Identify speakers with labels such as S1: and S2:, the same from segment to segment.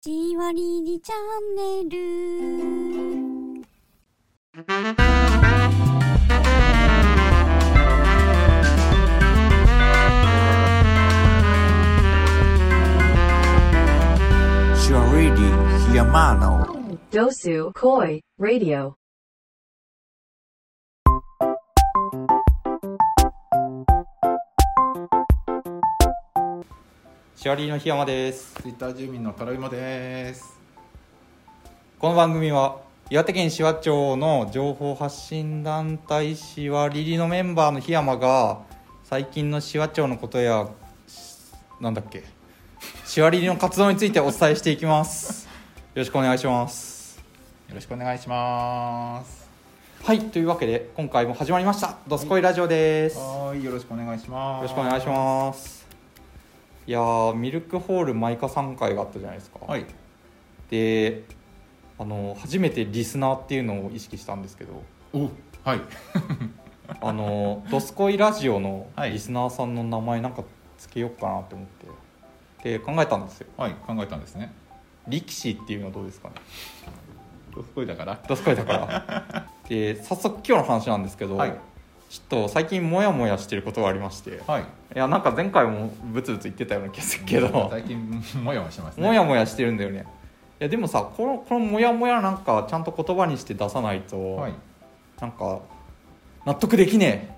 S1: じわりにチャンネル。
S2: You are ready, Yamano.
S3: Dosu Koi Radio.
S4: しおりの檜山です
S5: ツイッター住民のタロイモです。
S4: この番組は岩手県紫波町の情報発信団体しわりりのメンバーの檜山が最近の紫波町のことやしなんだっけしわりりの活動についてお伝えしていきますよろしくお願いします
S5: よろしくお願いします。
S4: はいというわけで今回も始まりました「どすこいラジオ」です、
S5: はーい、よろしくお願いし
S4: よ
S5: ま
S4: ろし
S5: す。
S4: くお願いしますいやーミルクホールマイカ3回があったじゃないですか、
S5: はい、
S4: であの初めてリスナーっていうのを意識したんですけ ど
S5: お、はい、
S4: あの「ドスコイラジオ」の
S5: はい
S4: リスナーさんの名前なんかつけようかなって思ってで考えたんですよ
S5: はい、考えたんですね。
S4: 力士っていうのはどうですかね
S5: すごいだから。
S4: ドスコイだから で早速今日の話なんですけど、
S5: はい
S4: ちょっと最近モヤモヤしてることがありましてい
S5: はい。
S4: やなんか前回もブツブツ言ってたような気がするけ ど
S5: 最近もやもやしてますね。
S4: モヤモヤしてるんだよねいやでもさこのこのモヤモヤなんかちゃんと言葉にして出さないと、
S5: はい、
S4: なんか納得できね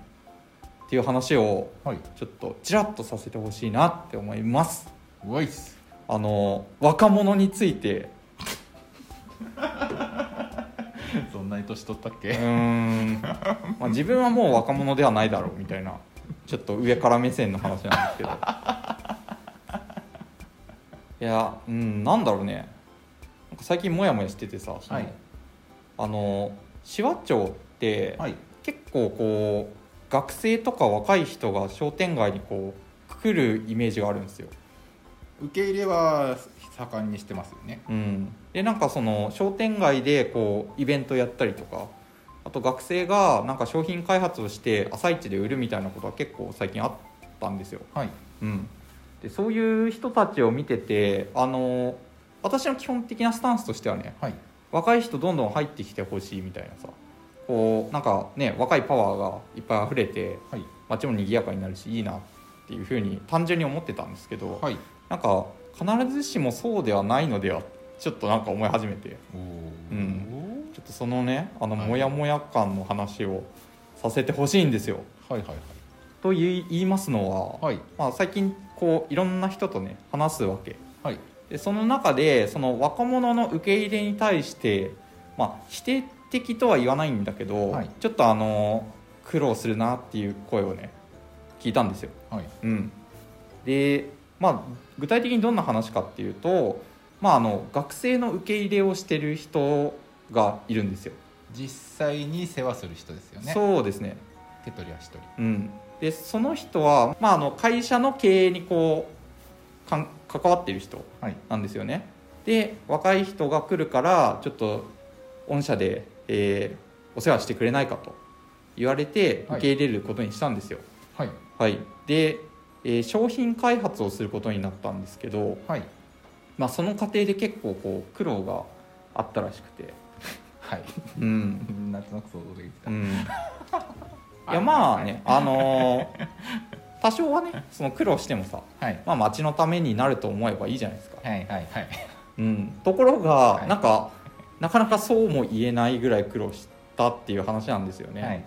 S4: えっていう話を
S5: はい、
S4: ちょっとちらっとさせてほしいなって思います
S5: おいっす。
S4: あの若者について
S5: そんなに年取ったっ
S4: うー
S5: け？
S4: ん、まあ、自分はもう若者ではないだろうみたいなちょっと上から目線の話なんですけどいやうんなんだろうねなんか最近モヤモヤしててさ、その
S5: はい
S4: あの紫波町って、
S5: はい、
S4: 結構こう学生とか若い人が商店街にこう来るイメージがあるんですよ
S5: 受け入れは盛んにしてますよね。
S4: うん、でなんかその商店街でこうイベントやったりとかあと学生がなんか商品開発をして朝市で売るみたいなことは結構最近あったんですよ、
S5: はい、
S4: うん、でそういう人たちを見ててあの私の基本的なスタンスとしてはね
S5: はい、
S4: 若い人どんどん入ってきてほしいみたいなさこうなんかね若いパワーがいっぱい溢れて
S5: はい、
S4: 街も賑やかになるしいいなっていうふうに単純に思ってたんですけど、
S5: はい。
S4: なんか必ずしもそうではないのではちょっとなんか思い始めて
S5: おお、
S4: んちょっとそのねあの
S5: はい
S4: モヤモヤ感の話をさせてほしいんですよ。
S5: はいはい
S4: と言い言いますのは、
S5: はい、はい、
S4: まあ、最近こういろんな人とね話すわけ
S5: はい、
S4: でその中でその若者の受け入れに対して、まあ、否定的とは言わないんだけど、
S5: はい
S4: ちょっとあの苦労するなっていう声をね聞いたんですよ。
S5: はい、
S4: うん、で、まあ、具体的にどんな話かっていうと、まあ、あの学生の受け入れをしてる人がいるんですよ。
S5: 実際に世話する人ですよね。
S4: そうですね、
S5: 手取り足取り。
S4: うん、でその人は、まあ、あの会社の経営にこうかん関わってる人
S5: はい、
S4: なんですよね。で若い人が来るからちょっと御社で、えーお世話してくれないかと言われて
S5: はい
S4: 受け入れることにしたんですよ。
S5: はい、
S4: はい、で、えー商品開発をすることになったんですけど、
S5: はい、
S4: まあ、その過程で結構こう苦労があったらしくて
S5: はい。
S4: うん、
S5: なんとなく想像できて
S4: う
S5: た。
S4: ん、いやまあねあのー多少はねその苦労してもさ、
S5: はい。
S4: まあ、町のためになると思えばいいじゃないですか、
S5: はいはいはい。
S4: うん、ところが、
S5: い
S4: なんかなかなかそうも言えないぐらい苦労したっていう話なんですよね、
S5: はい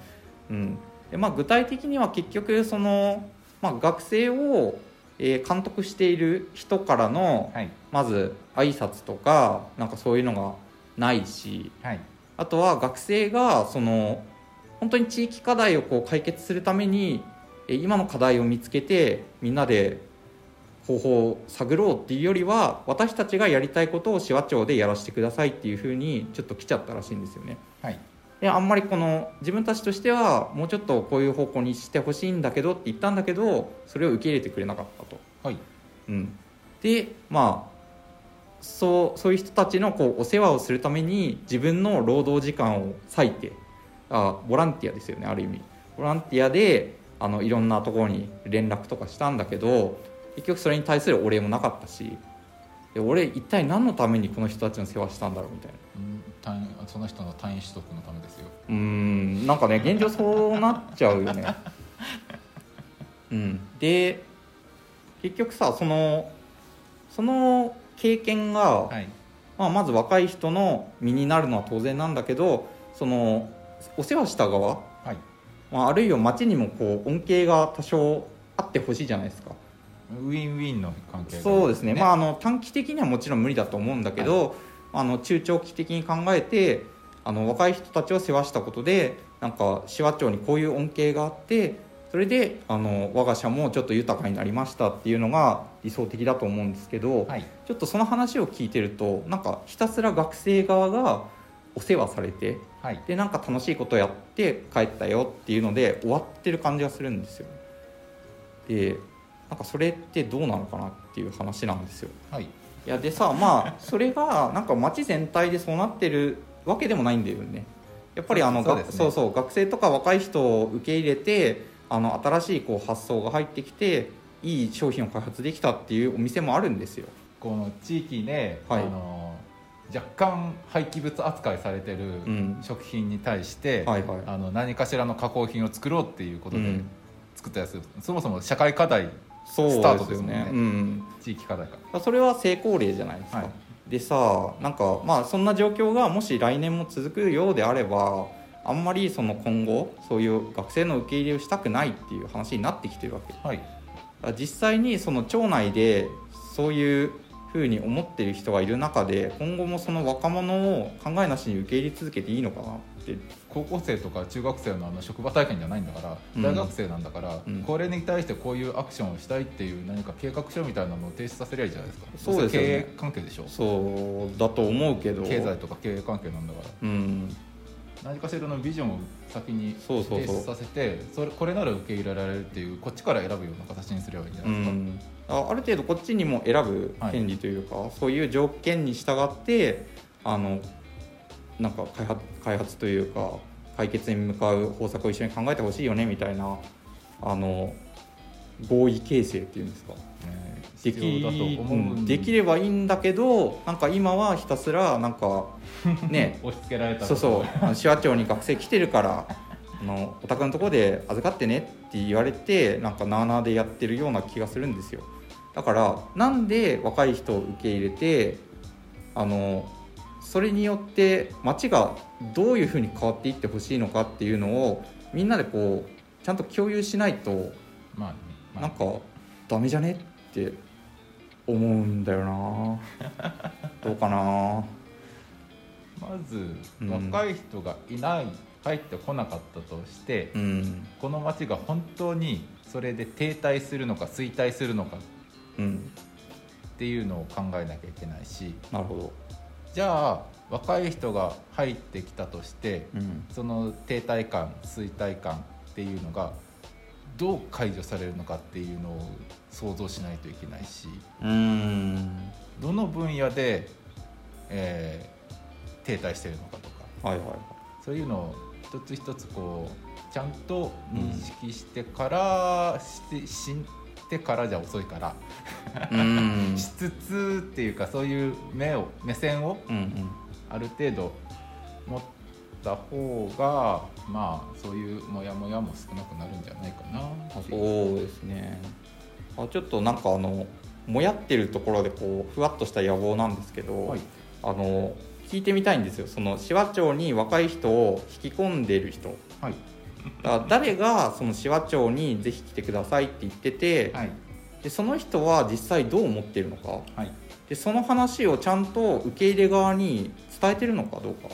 S4: うんでまあ、具体的には結局その、まあ、学生をえー監督している人からの
S5: はい
S4: まず挨拶とかなんかそういうのがないし
S5: はい
S4: あとは学生がその本当に地域課題をこう解決するためにえ今の課題を見つけてみんなで方法を探ろうっていうよりは私たちがやりたいことを紫波町でやらせてくださいっていうふうにちょっと来ちゃったらしいんですよね。
S5: はい
S4: であんまりこの自分たちとしてはもうちょっとこういう方向にしてほしいんだけどって言ったんだけどそれを受け入れてくれなかったと。
S5: はい
S4: うん、でまあそうそういう人たちのこうお世話をするために自分の労働時間を割いてあボランティアですよねある意味ボランティアであのいろんなところに連絡とかしたんだけど結局それに対するお礼もなかったしで俺一体何のためにこの人たちの世話したんだろうみたいな
S5: うん単位その人の単位取得のためですよ
S4: うーんなんかね現状そうなっちゃうよねうんで結局さそのその経験が、
S5: はい
S4: まあ、まず若い人の身になるのは当然なんだけどそのお世話した側、
S5: はい
S4: まあ、あるいは町にもこう恩恵が多少あってほしいじゃないですか
S5: ウィンウィンの関係が
S4: そうですねまああの短期的にはもちろん無理だと思うんだけど、あの中長期的に考えてあの若い人たちを世話したことでなんか紫波町にこういう恩恵があってそれであの我が社もちょっと豊かになりましたっていうのが理想的だと思うんですけど、
S5: はい
S4: ちょっとその話を聞いてるとなんかひたすら学生側がお世話されて
S5: はい
S4: でなんか楽しいことやって帰ったよっていうので終わってる感じがするんですよでなんかそれってどうなのかなっていう話なんですよ
S5: はい
S4: いやでさまあそれがなんか街全体でそうなってるわけでもないんだよねやっぱりあの
S5: そう
S4: が
S5: ですね
S4: そうそう学生とか若い人を受け入れてあの新しいこう発想が入ってきていい商品を開発できたっていうお店もあるんですよ
S5: この地域で、
S4: はい
S5: あの若干廃棄物扱いされてる
S4: うん
S5: 食品に対して、
S4: はいはい
S5: あの何かしらの加工品を作ろうっていうこと
S4: う
S5: で
S4: ん
S5: 作ったやつ、そもそも社会課題
S4: そう
S5: スタートですもんね
S4: うん
S5: 地域課題か
S4: だからそれは成功例じゃないですか、
S5: はい
S4: でさなんかまあそんな状況がもし来年も続くようであればあんまりその今後そういう学生の受け入れをしたくないっていう話になってきてるわけだか
S5: はい
S4: ら実際にその町内でそういうふうに思ってる人がいる中で今後もその若者を考えなしに受け入れ続けていいのかなって
S5: 高校生とか中学生のあの職場体験じゃないんだから、
S4: うん
S5: 大学生なんだから、
S4: うん
S5: これに対してこういうアクションをしたいっていう何か計画書みたいなのを提出させりゃいいじゃないですか
S4: そうですよね
S5: 経営関係でしょ
S4: そうだと思うけど
S5: 経済とか経営関係なんだから
S4: うん
S5: 何かしらのビジョンを先に
S4: そうそうそう
S5: 提出させてそれこれなら受け入れられるっていうこっちから選ぶような形にすればいいんじゃ
S4: う
S5: ないですか、
S4: ん、あある程度こっちにも選ぶ権利というか、そういう条件に従ってあのなんか開発開発というか解決に向かう方策を一緒に考えてほしいよねみたいなあの合意形成っていうんですか
S5: ね
S4: で
S5: 必要だと
S4: き
S5: 思うん
S4: うんできればいいんだけどなんか今はひたすらなんか ね
S5: 押し付けられた
S4: そうそうあの手話町に学生来てるからあのお宅のところで預かってねって言われてなんかなあなあでやってるような気がするんですよだからなんで若い人を受け入れてあのそれによって町がどういうふうに変わっていってほしいのかっていうのをみんなでこうちゃんと共有しないと
S5: まあね、まあ
S4: なんかダメじゃねって思うんだよなどうかな
S5: まず
S4: うん
S5: 若い人がいない入ってこなかったとして、
S4: うん
S5: この町が本当にそれで停滞するのか衰退するのかっ
S4: うん
S5: ていうのを考えなきゃいけないし
S4: なるほど
S5: じゃあ若い人が入ってきたとして
S4: うん
S5: その停滞感衰退感っていうのがどう解除されるのかっていうのを想像しないといけないし
S4: うーん
S5: どの分野で、えー停滞してるのかとか
S4: はいはいはい
S5: そういうのを一つ一つこうちゃんと認識してから、して知ってからじゃ遅いから、
S4: う ーん
S5: しつつっていうかそういう目を目線を
S4: うんうん
S5: ある程度持った方がまあそういうモヤモヤも少なくなるんじゃないかなっていう
S4: そうですねあちょっとなんかあのもやってるところでこうふわっとした野望なんですけど、
S5: はい
S4: あの聞いてみたいんですよその紫波町に若い人を引き込んでる人
S5: はい
S4: だ から誰がその紫波町にぜひ来てくださいって言ってて、
S5: はい
S4: でその人は実際どう思ってるのか
S5: はい
S4: でその話をちゃんと受け入れ側に伝えてるのかどうか、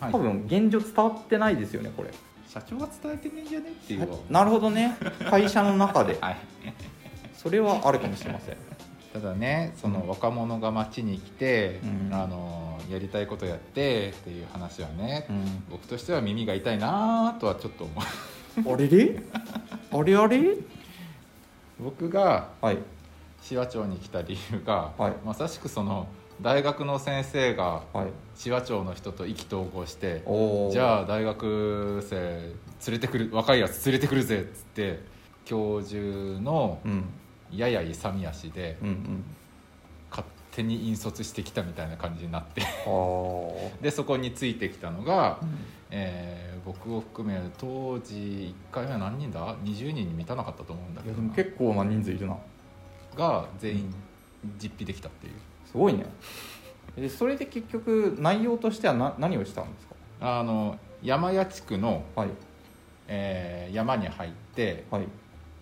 S5: はい
S4: 多分現状伝わってないですよねこれ
S5: 社長が伝えてねえんじゃねっていう
S4: なるほどね会社の中で
S5: はい
S4: それはあるかもしれません
S5: ただねその若者が町に来て、
S4: うん
S5: あのやりたいことやってっていう話はね、
S4: うん
S5: 僕としては耳が痛いなとはちょっと思う
S4: あれれあれあれ
S5: 僕が
S4: はい
S5: 紫波町に来た理由が、
S4: はい
S5: まさしくその大学の先生が
S4: はい
S5: 紫波町の人と意気投合して
S4: お
S5: じゃ
S4: あ
S5: あ大学生連れてくる若いやつ連れてくるぜっつって教授の
S4: うん
S5: やや勇み足で
S4: うんうん
S5: 勝手に引率してきたみたいな感じになって
S4: お
S5: でそこについてきたのが、えー僕を含め当時1回目は何人だ20人に満たなかったと思うんだ
S4: い
S5: け
S4: や
S5: ど
S4: でも
S5: な
S4: 結構な人数いるな
S5: が全員実費できたっていう
S4: すごいねえそれで結局内容としてはな何をしたんですか
S5: あの山谷地区の、
S4: はい
S5: えー山に入って、
S4: はい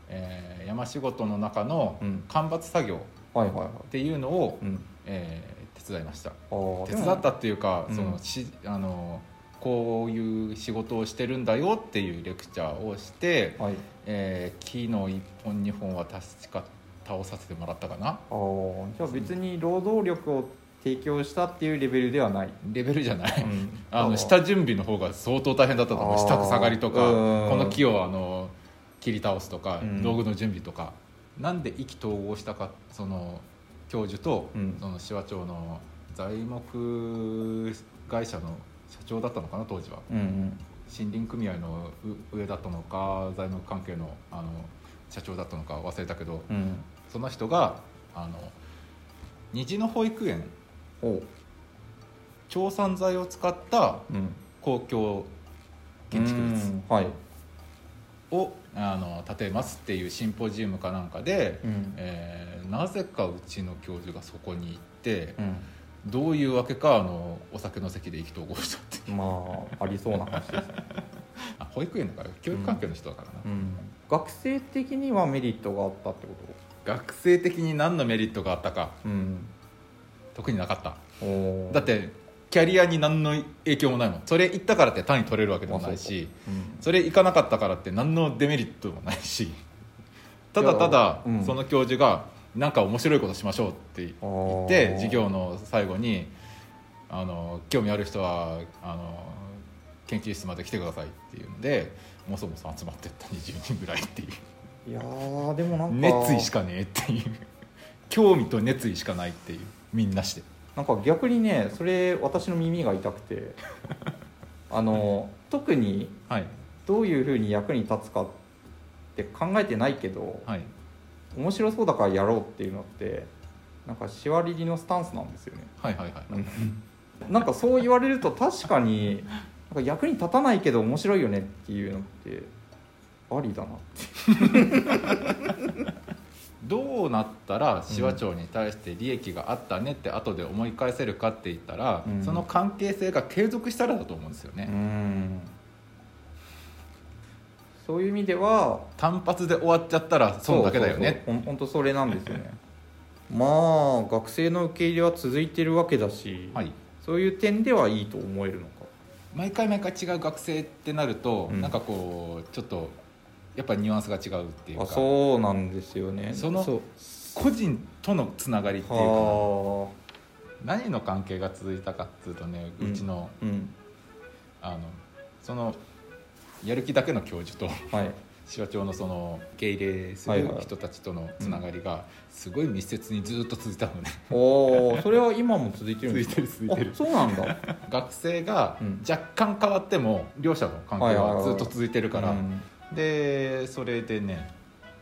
S5: えー山仕事の中の
S4: うん
S5: 間伐作業
S4: はいはいはい
S5: っていうのを、
S4: うん
S5: えー手伝いました
S4: あー
S5: 手伝ったっていうか、
S4: うん
S5: そのしあのこういう仕事をしてるんだよっていうレクチャーをして
S4: で、もはい
S5: えー木の1本2本は確か倒させてもらったかな
S4: あーじゃあ別に労働力を提供したっていうレベルではない、
S5: レベルじゃない、
S4: ん
S5: あの下準備の方が相当大変だったと思
S4: あ
S5: う
S4: ー
S5: 下下がりとか
S4: うん
S5: この木をあの切り倒すとか、
S4: うん
S5: 道具の準備とかなんで意気投合したかその教授と、
S4: うん
S5: その紫波町の材木会社の社長だったのかな当時は
S4: うんうん
S5: 森林組合のう上だったのか材木関係のあの社長だったのか忘れたけど、
S4: うん
S5: その人があの虹の保育園
S4: お
S5: 調産材を使った
S4: うん
S5: 公共建築物
S4: うんはい、
S5: をあの建てますっていうシンポジウムかなんかで、
S4: うん
S5: えーなぜかうちの教授がそこに行って
S4: う、
S5: どういうわけかあのお酒の席で意気投合したっていう
S4: ん、まあありそうな話ですね、
S5: あ保育園だから教育関係の人だからな、
S4: うん、学生的にはメリットがあったってこ
S5: 学生的に何のメリットがあったか
S4: とうん
S5: 特になかった
S4: お、
S5: だっててキャリアに何の影響もないもんそれ行ったからって単位取れるわけでもないし、
S4: うん
S5: それ行かなかったからって何のデメリットもないしただただ、
S4: いやうん
S5: その教授が何か面白いことしましょうって言っ
S4: あ
S5: て
S4: ー
S5: 授業の最後にあの興味ある人はあの研究室まで来てくださいっていうのでもそもそ集まってった20人ぐらいっていう
S4: いやーでもなんか
S5: 熱意しかねえっていう興味と熱意しかないっていうみんなして
S4: なんか逆にねそれ私の耳が痛くて あの特に
S5: はい
S4: どういうふうに役に立つかって考えてないけど、
S5: はい
S4: 面白そうだからやろうっていうのってなんかしわりりのスタンスなんですよね
S5: はいはいはい
S4: なんかそう言われると確かになんか役に立たないけど面白いよねっていうのってありだな
S5: どうなったら紫波町に対して利益があったねって後で思い返せるかって言ったら、
S4: うん
S5: その関係性が継続したらだと思うんですよね、
S4: んそういう意味では
S5: 単発で終わっちゃったら損だけだよ
S4: そ
S5: ね
S4: うそうそうほんほんとそれなんですよね まあ学生の受け入れは続いてるわけだし、
S5: はい、
S4: そういう点ではいいと思えるのか
S5: 毎回毎回違う学生ってなると、
S4: うん
S5: なんかこうちょっとやっぱニュアンスが違うっていう
S4: あ
S5: か
S4: そうなんですよね
S5: その
S4: う
S5: 個人とのつながりっていうかな
S4: は
S5: 何の関係が続いたかっていうとねうちの,、
S4: あうん
S5: あのそのやる気だけの教授と
S4: はい
S5: 紫波町のその受け入れす
S4: はい
S5: る
S4: はい
S5: 人たちとのつながりがすごい密接にずっと続いたのね
S4: おおそれは今も続いてるん
S5: 続
S4: で
S5: い
S4: す
S5: てる続いてる
S4: あそうなんだ
S5: 学生が
S4: うん
S5: 若干変わっても両者の関係はずっと続いてるから
S4: うん
S5: でそれでね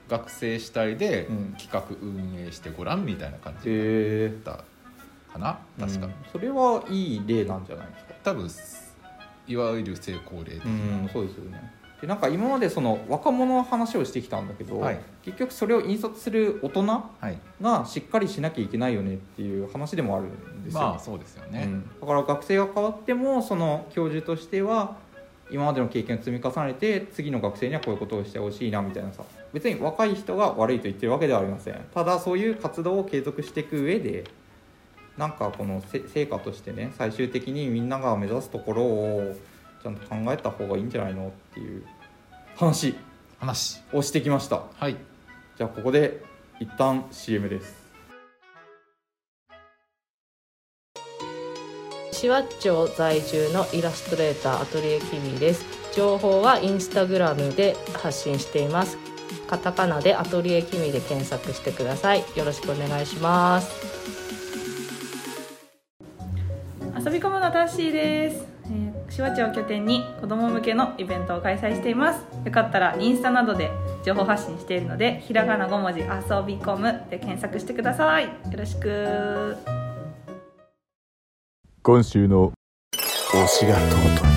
S5: 学生主体で
S4: うん
S5: 企画運営してごらんみたいな感じ
S4: え
S5: だったかな
S4: ー
S5: 確か
S4: うんそれはいい例なんじゃないですか
S5: 多分いわゆる成功例
S4: うんそうですよねでなんか今までその若者の話をしてきたんだけど、
S5: はい
S4: 結局それを印刷する大人
S5: はい
S4: がしっかりしなきゃいけないよねっていう話でもあるんですよ、
S5: まあそうですよ
S4: う
S5: ね
S4: んだから学生が変わってもその教授としては今までの経験を積み重ねて次の学生にはこういうことをしてほしいなみたいなさ別に若い人が悪いと言ってるわけではありませんただそういう活動を継続していく上でなんかこのせ成果としてね最終的にみんなが目指すところをちゃんと考えた方がいいんじゃないのっていう話
S5: 話
S4: をしてきました
S5: はい
S4: じゃあここで一旦 CM です
S6: シワッチョ在住のイラストレーターアトリエキミです情報はインスタグラムで発信していますカタカナでアトリエキミで検索してくださいよろしくお願いします
S7: 遊び込むのタッシーです、えー、シワ町を拠点に子ども向けのイベントを開催していますよかったらインスタなどで情報発信しているのでひらがな5文字遊び込むで検索してくださいよろしく
S8: 今週の
S2: 推しが尊い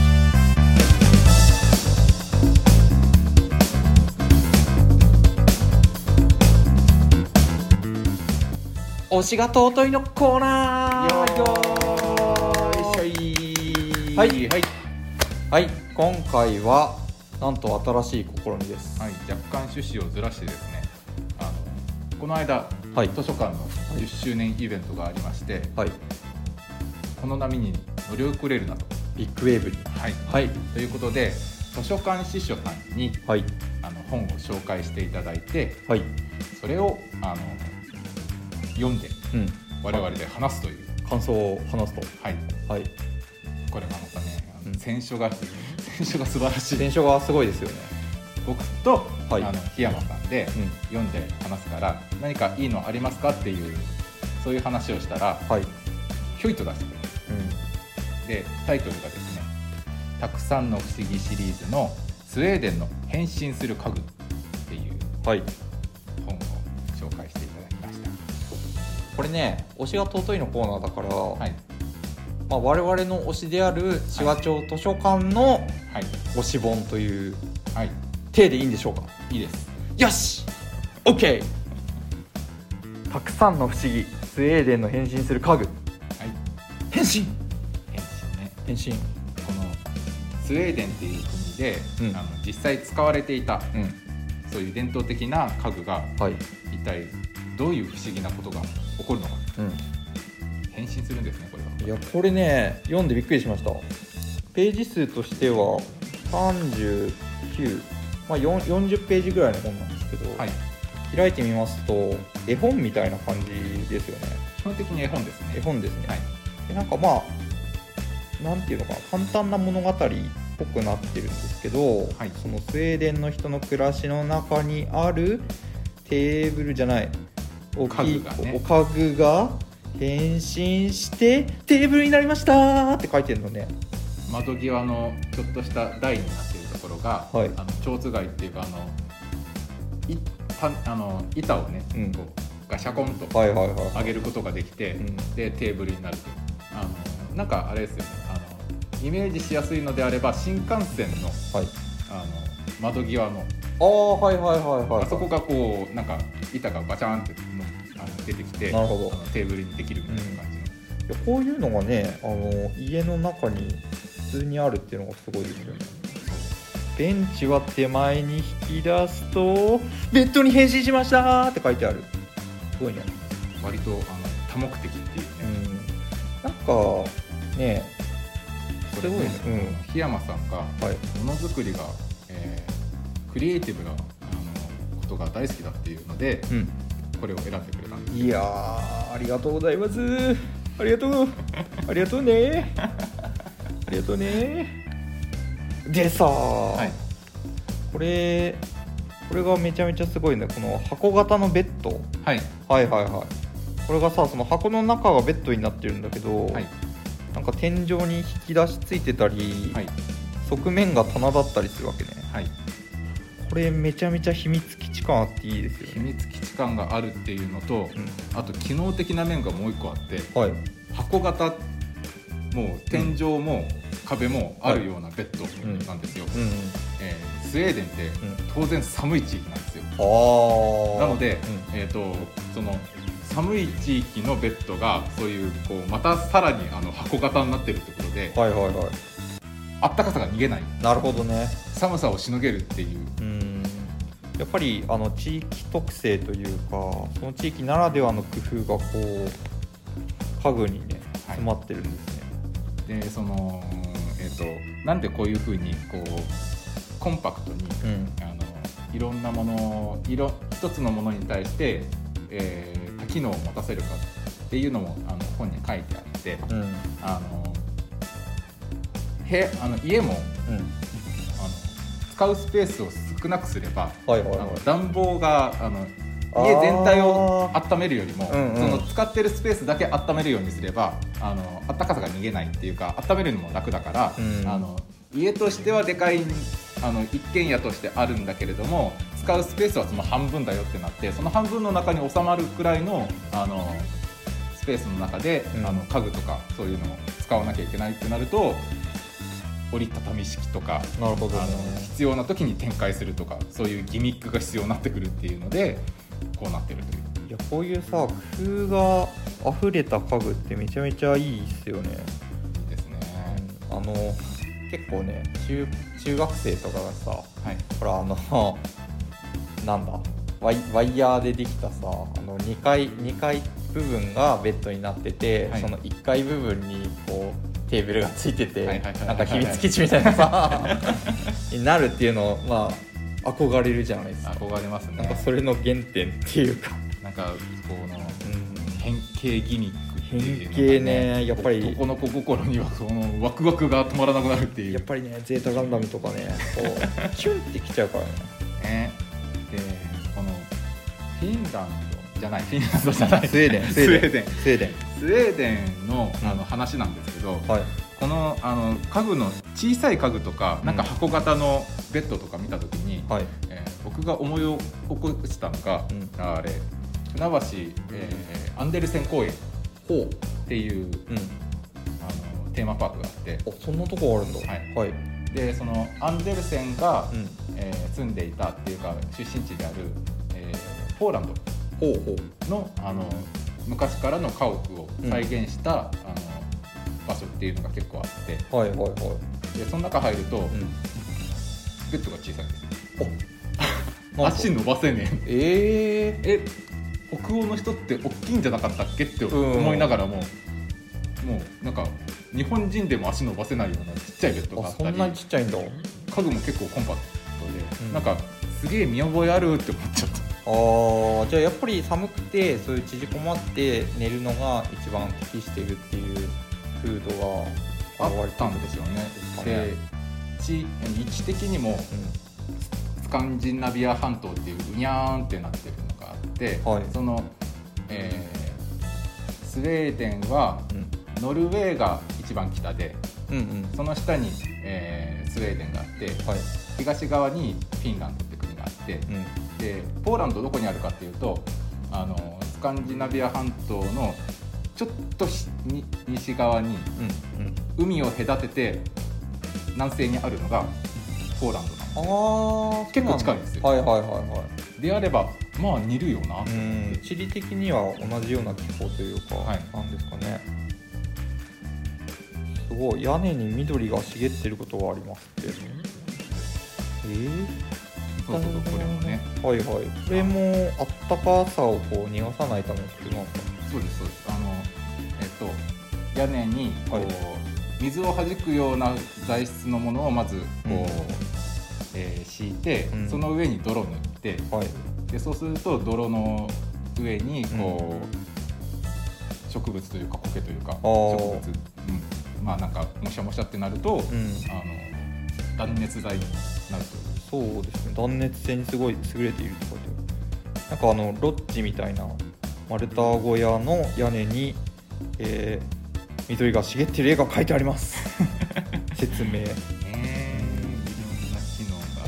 S4: 推しが尊いのコーナー
S5: よいしょい
S4: はい
S5: はい
S4: はい今回はなんと新しい試みです
S5: はい、若干趣旨をずらしてですねあのこの間、
S4: はい
S5: 図書館の10周年イベントがありまして、
S4: はい
S5: この波に乗り遅れるなと、
S4: ビッグウェーブに
S5: はい
S4: はい
S5: ということで図書館司書さんに
S4: はい
S5: あの本を紹介していただいて
S4: はい
S5: それをあの読んで
S4: うん
S5: 我々で話すという、
S4: 感想を話すと
S5: はい、
S4: はい
S5: これがまたねあの
S4: うん
S5: 選書が選書が素晴らしい
S4: 伝承がすごいですよね
S5: 僕と、
S4: はい
S5: あの檜山さんで
S4: うん
S5: 読んで話すから、何かいいのありますかっていうそういう話をしたら
S4: はい、うん、
S5: ひょいと出してくれるでタイトルがですね「たくさんの不思議」シリーズのスウェーデンの変身する家具っていう
S4: はい
S5: 本を紹介していただきました。
S4: これね推しが尊いのコーナーだから、
S5: はい、
S4: まあ、我々の推しである紫波町図書館の
S5: はい、
S4: 推し本という
S5: はい、
S4: 体でいいんでしょうか
S5: いいです。
S4: よし OK たくさんの不思議スウェーデンの変身する家具
S5: はい、
S4: 変身
S5: 変身ね。
S4: 変身
S5: このスウェーデンっていう国で、
S4: うん
S5: あの実際使われていた、
S4: うん
S5: そういう伝統的な家具が
S4: はい、
S5: 一体どういう不思議なことが起こるのか
S4: うん、
S5: 変身するんですねこれはい
S4: やこれね読んでびっくりしましたページ数としては39、まあ、4 40ページぐらいの本なんですけど、
S5: はい
S4: 開いてみますと絵本みたいな感じですよね
S5: 基本的に絵本ですね
S4: 絵本ですね、
S5: はい
S4: でなんかまあなんていうのかな簡単な物語っぽくなってるんですけど、
S5: はい
S4: そのスウェーデンの人の暮らしの中にあるテーブルじゃないお
S5: 家具がね
S4: お家具が変身してテーブルになりましたーって書いてるのね
S5: 窓際のちょっとした台になっているところが、
S4: はい
S5: あの蝶子街っていうかあのいたあの板をね、
S4: うん
S5: こうガシャコンと
S4: はいはいはい
S5: 上げることができて、
S4: うん
S5: でテーブルになるとあのなんかあれですよねあのイメージしやすいのであれば新幹線の
S4: はい
S5: あの窓際の
S4: ああはいはいはいはい
S5: あそこがこうなんか板がガチャンってのあの出てきて
S4: なるほど
S5: あのテーブルにできるみたいな感じの、
S4: いやこういうのがねあの家の中に普通にあるっていうのがすごいですよねベンチは手前に引き出すとベッドに変身しましたーって書いてあるすごいね
S5: 割とあの多目的っていう
S4: う
S5: ね、
S4: んなんかね
S5: こ
S4: す
S5: れ
S4: ごいね
S5: ね檜山さんが
S4: はい
S5: ものづくりが、えークリエイティブなあのことが大好きだっていうので
S4: うん
S5: これを選んでくれたんです
S4: いやーありがとうございますありがとうありがとうねありがとうねでさー、
S5: はい
S4: これこれがめちゃめちゃすごいねこの箱型のベッド
S5: はい
S4: はいはいはいこれがさその箱の中がベッドになってるんだけど、
S5: はい
S4: なんか天井に引き出しついてたり、
S5: はい
S4: 側面が棚だったりするわけね
S5: はい
S4: これめちゃめちゃ秘密基地感あっていいです
S5: 秘
S4: よね、
S5: 密基地感があるっていうのと、
S4: う
S5: あと機能的な面がもう一個あって
S4: ん、はい
S5: 箱型もう天井も壁もあるようなベッドなんですよ、
S4: うん
S5: えースウェーデンって
S4: ん
S5: 当然寒い地域なんですよ
S4: あー
S5: なので、
S4: う
S5: えー、とその寒い地域のベッドがそういうこうまたさらにあの箱型になってるってことで
S4: んはいはいはい
S5: あったかさが逃げない
S4: なるほどね
S5: 寒さをしのげるっていう
S4: うんやっぱりあの地域特性というかその地域ならではの工夫がこう家具にね
S5: はい
S4: 詰まってるんですね、
S5: でその、えー、となんでこういうふうにこうコンパクトに
S4: うん
S5: あのいろんなものを色一つのものに対して、えー多機能を持たせるかっていうのもあの本に書いてあって
S4: うん
S5: あのへあの家も
S4: うん
S5: あの使うスペースを少なくすれば、
S4: はいはい
S5: あ
S4: はい
S5: の暖房があの
S4: あー
S5: 家全体を温めるよりも、
S4: うんうん
S5: その使ってるスペースだけ温めるようにすればあの暖かさが逃げないっていうか温めるのも楽だから、
S4: うん
S5: あの家としてはでかいあの一軒家としてあるんだけれども使うスペースはその半分だよってなってその半分の中に収まるくらいのあのススペースの中で、
S4: うん
S5: あの家具とかそういうのを使わなきゃいけないってなると折りたたみ式とか
S4: なるほど
S5: あ
S4: ね
S5: の必要な時に展開するとかそういうギミックが必要になってくるっていうのでこうなってるという
S4: いやこういうさ工夫が溢れた家具ってめちゃめちゃいいっすよね
S5: ですね。
S4: あの結構ね中中学生とかがさ
S5: はい、
S4: ほらあの なんだワイワイヤーでできたさあの2階2階部分がベッドになってて、
S5: はい
S4: その1階部分にこうテーブルがついてて、
S5: はいはいはい
S4: なんか秘密基地みたいなさ になるっていうのまあ憧れるじゃないですか
S5: 憧れますね
S4: なんかそれの原点っていうか、
S5: なんかこ
S4: う
S5: の
S4: ん
S5: 変形ギミックっていうのが
S4: 変形ねやっぱり
S5: 男の子心にはそのワクワクが止まらなくなるってい
S4: やっ
S5: う
S4: ぱりねゼータガンダムとかねこ うキュンってきちゃうからね
S5: ねでこのフィンランドじゃないフィンランドじゃない
S4: スウェーデン
S5: スウェーデン
S4: スウェーデ
S5: スウェーデンの
S4: うん
S5: あの話なんですけど、
S4: ンはい
S5: このあの家具の小さい家具とか、
S4: うん
S5: なんか箱型のベッドとか見た時に、
S4: はい
S5: えー僕が思い起こしたのが、
S4: うん
S5: あれ船橋、えーアンデルセン公園ってい
S4: う
S5: う
S4: ん
S5: あのテーマパークがあって
S4: あそんなとこあるんだ
S5: はい
S4: はい、
S5: でそのアンデルセンが、
S4: うん
S5: えー住んでいたっていうか出身地である、えーポーラン
S4: ほうほう
S5: ドのあの昔からの家屋を再現した、あの場所っていうのが結構あっ
S4: はいはいはい。
S5: てでその中入ると、
S4: ん。
S5: ベッドが小さいんですよ
S4: あ、
S5: 足伸ばせねえ
S4: え
S5: え北欧の人って大きいんじゃなかったっけって
S4: うん
S5: 思いながらも、もうなんか日本人でも足伸ばせないようなちっちゃいベッ
S4: え
S5: ドがあ
S4: あ、
S5: っ
S4: そ
S5: た
S4: んな
S5: り
S4: にちっちゃいんだ。あ
S5: 家具も結構コンパクトで、
S4: うん
S5: なんかすげえ見覚えあるって思っちゃった
S4: あ、じゃあやっぱり寒くて、そういう縮こまって寝るのが一番適してるっていう風土が
S5: あ
S4: 現れ
S5: った
S4: てる
S5: ん
S4: ん
S5: で
S4: ですす
S5: よ
S4: よ
S5: ね
S4: ね。
S5: で地位置的にもスカンジナビア半島っていううにゃーんってなってるのがあって、
S4: はい
S5: その、えースウェーデンは
S4: うん。
S5: ノルウェーが一番北で
S4: うん。うんうん。
S5: その下に、えースウェーデンがあって
S4: はい。
S5: 東側にフィンランドって国があって
S4: うん。
S5: でポーランドどこにあるかっていうとあのスカンジナビア半島のちょっとしに西側に
S4: うん。うん。
S5: 海を隔てて南西にあるのがポーランドな
S4: ああ
S5: の
S4: ー、
S5: 結構
S4: そう
S5: 近
S4: ないん
S5: ん
S4: だ
S5: ですよ
S4: はいはいはいはい。
S5: であればまあ似るよな、
S4: うん。地理的には同じような気候というか、
S5: はい
S4: なんですかね。すごい屋根に緑が茂ってることがありますって。えー、
S5: そうそうそうこれもね
S4: はいはいこれもあったかさをこう逃がさないための工夫なんですか
S5: そうですそうですあのえっと屋根にこう、
S4: はい
S5: 水をはじくような材質のものをまずこう、
S4: うん
S5: えー敷いて、
S4: うん
S5: その上に泥塗って
S4: はい
S5: でそうすると泥の上にこう、植物というか苔というか植
S4: ー
S5: 物、うん、まあなんかもしゃもしゃってなる
S4: う
S5: と、
S4: ん
S5: あの断熱材になるという
S4: そうですね断熱性にすごい優れているとかでなんかあのロッジみたいな丸太小屋の屋根に、えー緑が茂ってる絵が描いてあります説明
S5: ねいろんな機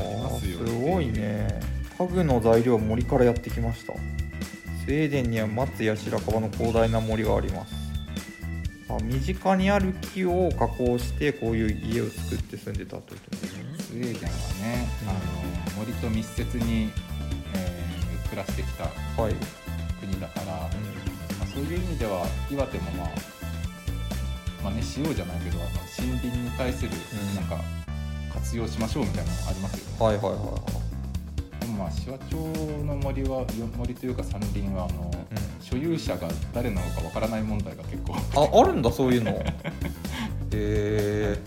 S4: あ
S5: 能がありま
S4: ー
S5: すよ
S4: すごいね家具の材料は森からやってきましたスウェーデンには松や白樺の広大な森がありますあ身近にある木を加工してこういう家を作って住んでたってことですね
S5: スウェーデンはね、
S4: うん
S5: あの森と密接に、えー暮らしてきた
S4: はい、
S5: 国だから、まあ、そういう意味では岩手もまあ真似しようじゃないけどあの森林に対する
S4: うん
S5: なんか活用しましょうみたいなのありますよね、
S4: はいはいはいは
S5: でもまあ紫波町の森はよ森というか山林はあの、
S4: ん
S5: 所有者が誰なのかわからない問題が結構
S4: いああるんだそういうの へえ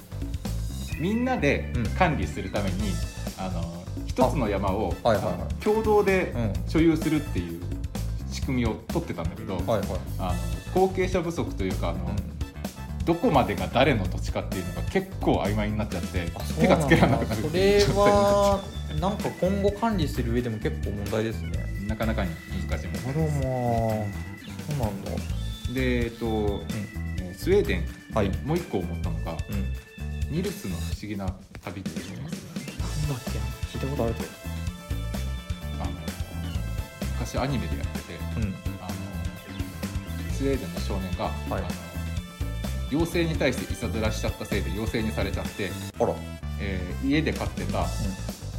S5: みんなで
S4: うん
S5: 管理するために、あの一つの山を、
S4: あはいはいはい
S5: あの共同で
S4: うん
S5: 所有するっていう仕組みを取ってたんだけど、
S4: はいはい
S5: あの後継者不足というかあの、どこまでが誰の土地かっていうのが結構曖昧になっちゃって
S4: あそう
S5: 手
S4: な
S5: が
S4: んだ
S5: つけられなくなる
S4: そ
S5: ってい
S4: れ
S5: う状態になっ
S4: はなんか今後管理する上でも結構問題ですね
S5: ちゃうなかなかに難しいも
S4: あらまあそうなんだ
S5: のでえっと、えースウェーデン、
S4: はい
S5: もう一個思ったのが
S4: うん
S5: ニルスの不思議な旅って思います
S4: なんだっけ聞いたことあるぞ
S5: あの昔アニメでやってて
S4: うん
S5: あのススウェーデンの少年が、
S4: はい
S5: あの妖精に対していさずらしちゃったせいで妖精にされちゃって、
S4: あら
S5: えー家で飼ってた、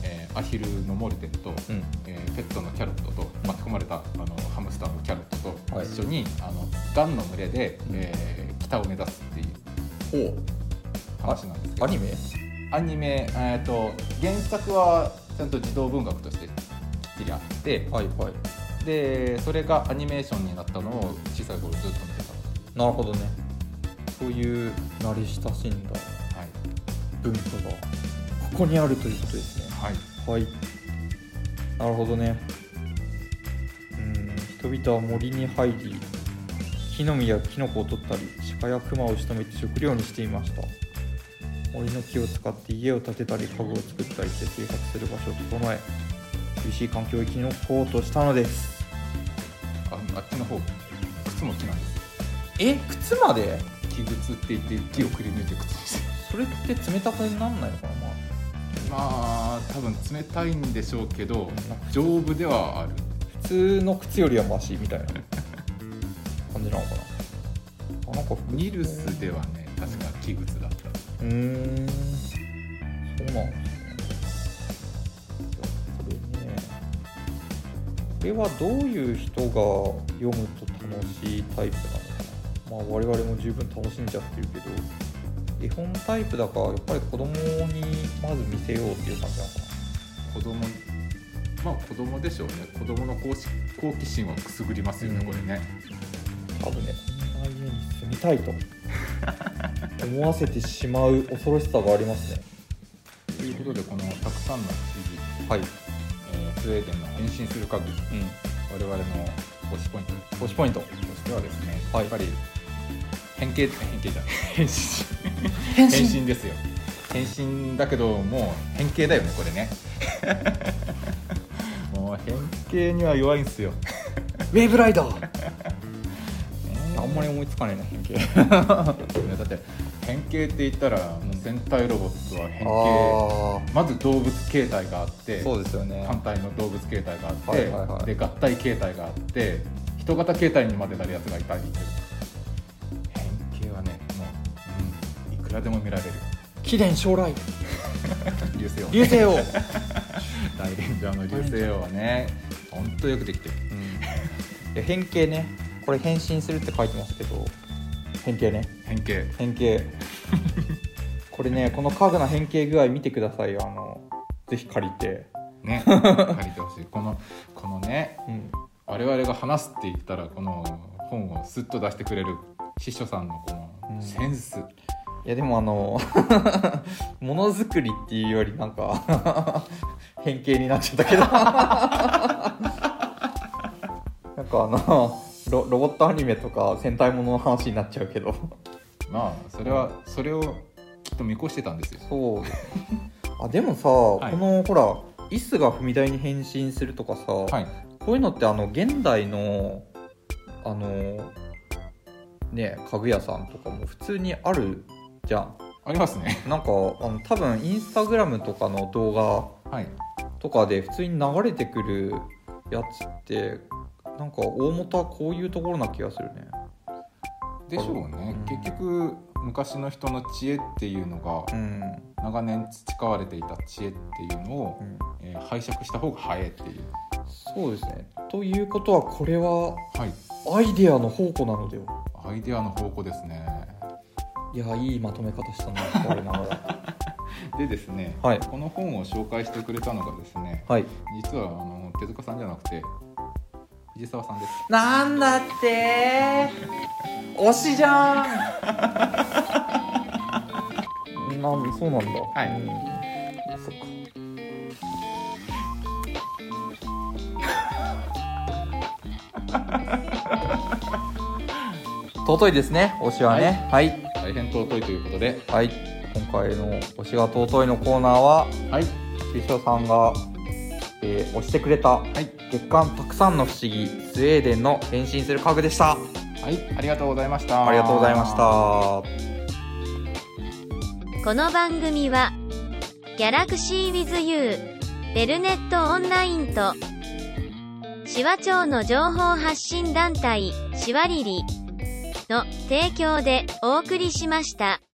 S5: えーアヒルのモルテンと、
S4: うん
S5: えーペットのキャロットと巻き込まれたあのハムスターのキャロットと
S4: はい
S5: 一緒に、あのガンの群れで、えー北を目指すっていう
S4: ほ
S5: 話なんですけ
S4: う
S5: ど
S4: アニメ
S5: アニメ、えー、と原作はちゃんと児童文学としてきっちりあって、
S4: はいはい
S5: でそれがアニメーションになったのを小さい頃ずっと見て
S4: なるほどねそういう慣れ親しんだ
S5: たはい、
S4: 文化がここにあるということですね
S5: は
S4: は
S5: い、
S4: いなるほどねうん人々は森に入り木の実やキノコを取ったり鹿や熊を仕留めて食料にしていました森の木を使って家を建てたり家具を作ったりして生活する場所を整え厳しい環境を生き残ろうとしたのです
S5: ああっちの方靴も木なんです
S4: え靴まで
S5: 木靴って言って木をくり抜いて靴にして
S4: それって冷たくなんないのかなまあ
S5: まあ多分冷たいんでしょうけど
S4: ん
S5: 丈夫ではある
S4: 普通の靴よりはマシみたいな感じなのかなあなんか服
S5: ニルスではね確か木靴だった
S4: うーんそうなんですねいやこれねこれはどういう人が読むと楽しいタイプなのかなまあ我々も十分楽しんじゃってるけど絵本タイプだからやっぱり子供にまず見せようっていう感じなのかな
S5: 子供まあ子供でしょうね子供の好奇好奇心はくすぐりますよね、
S4: うん
S5: これね
S4: 多分ねこんな家に住みたい と思わせてしまう恐ろしさがありますね
S5: ということでこのたくさんの記事、
S4: はい
S5: えースウェーデンの変身する家具
S4: うん
S5: 我々の推しポイント
S4: 推しポイント
S5: としてはですね、
S4: はい
S5: やっぱり変形変形じゃない変身変身ですよ変身だけどもう変形だよねこ れねもう変形には弱いんすよ
S4: ウェーブライダーあんまり思いつかないな変形
S5: ねだって変形って言ったらもう戦隊ロボットは変形
S4: あ
S5: まず動物形態があって
S4: あそうですよね
S5: 単体の動物形態があって、
S4: はいはいはい
S5: で合体形態があって人型形態にまでなるやつがいたりする変形はねもう、うん、いくらでも見られる
S4: 貴殿将来
S5: 流星王
S4: 流星を、
S5: 大レンジャーの流星王はねほんとよくできてる
S4: いや変形ねこれ変身するって書いてますけど変形ね
S5: 変形
S4: 変 形これねこの家具の変形具合見てくださいよあのぜひ借りて
S5: ね借りてほしいこのこのね
S4: うん
S5: 我々が話すって言ったらこの本をスッと出してくれる司書さんのこ
S4: うん
S5: のセンス、
S4: いやでもあの ものづくりっていうよりなんか 変形になっちゃったけど なんかあのロロボットアニメとか戦隊ものの話になっちゃうけど
S5: まあそれはそれをきっと見越してたんですよ
S4: そう あでもさ、
S5: い
S4: このほらイスが踏み台に変身するとかさ、
S5: はい
S4: こういうのってあの現代のあのね家具屋さんとかも普通にあるじゃん
S5: ありますね
S4: なんかあの多分インスタグラムとかの動画
S5: はい
S4: とかで普通に流れてくるやつってなんか大元はこういうところな気がするね
S5: でしょう
S4: う
S5: ね、
S4: ん
S5: 結局昔の人の知恵っていうの
S4: う
S5: が
S4: ん、
S5: 長年培われていた知恵っていうのを、えー拝借した方が早いっていう
S4: そうですねということはこれは
S5: はい
S4: アイデアの宝庫なのでは
S5: アイデアの方向ですね
S4: いやいいまとめ方したなと我ながら
S5: でですね、
S4: はい
S5: この本を紹介してくれたのがですね
S4: はい
S5: 実はあの手塚さんじゃなくて藤沢さんです
S4: なんだって推しじゃんなんそうなんだ
S5: はい
S4: うんそっ か尊いですね推しはねはい
S5: 大変尊いということで
S4: はい、今回の「推しが尊い」のコーナーは
S5: はい
S4: 師匠さんが、えー推してくれた
S5: はい
S4: 月刊たくさんの不思議スウェーデンの変身する家具でした
S5: はいありがとうございました
S4: ありがとうございました
S1: この番組はギャラクシーウィズユーベルネットオンラインとシワ町の情報発信団体シワリリの提供でお送りしました。